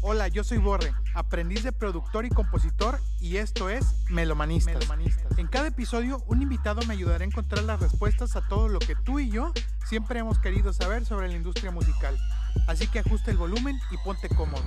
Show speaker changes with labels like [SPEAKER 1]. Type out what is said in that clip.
[SPEAKER 1] Hola, yo soy Borre, aprendiz de productor y compositor y esto es Melomanistas.
[SPEAKER 2] Melomanistas.
[SPEAKER 1] En cada episodio un invitado me ayudará a encontrar las respuestas a todo lo que tú y yo siempre hemos querido saber sobre la industria musical. Así que ajusta el volumen y ponte cómodo.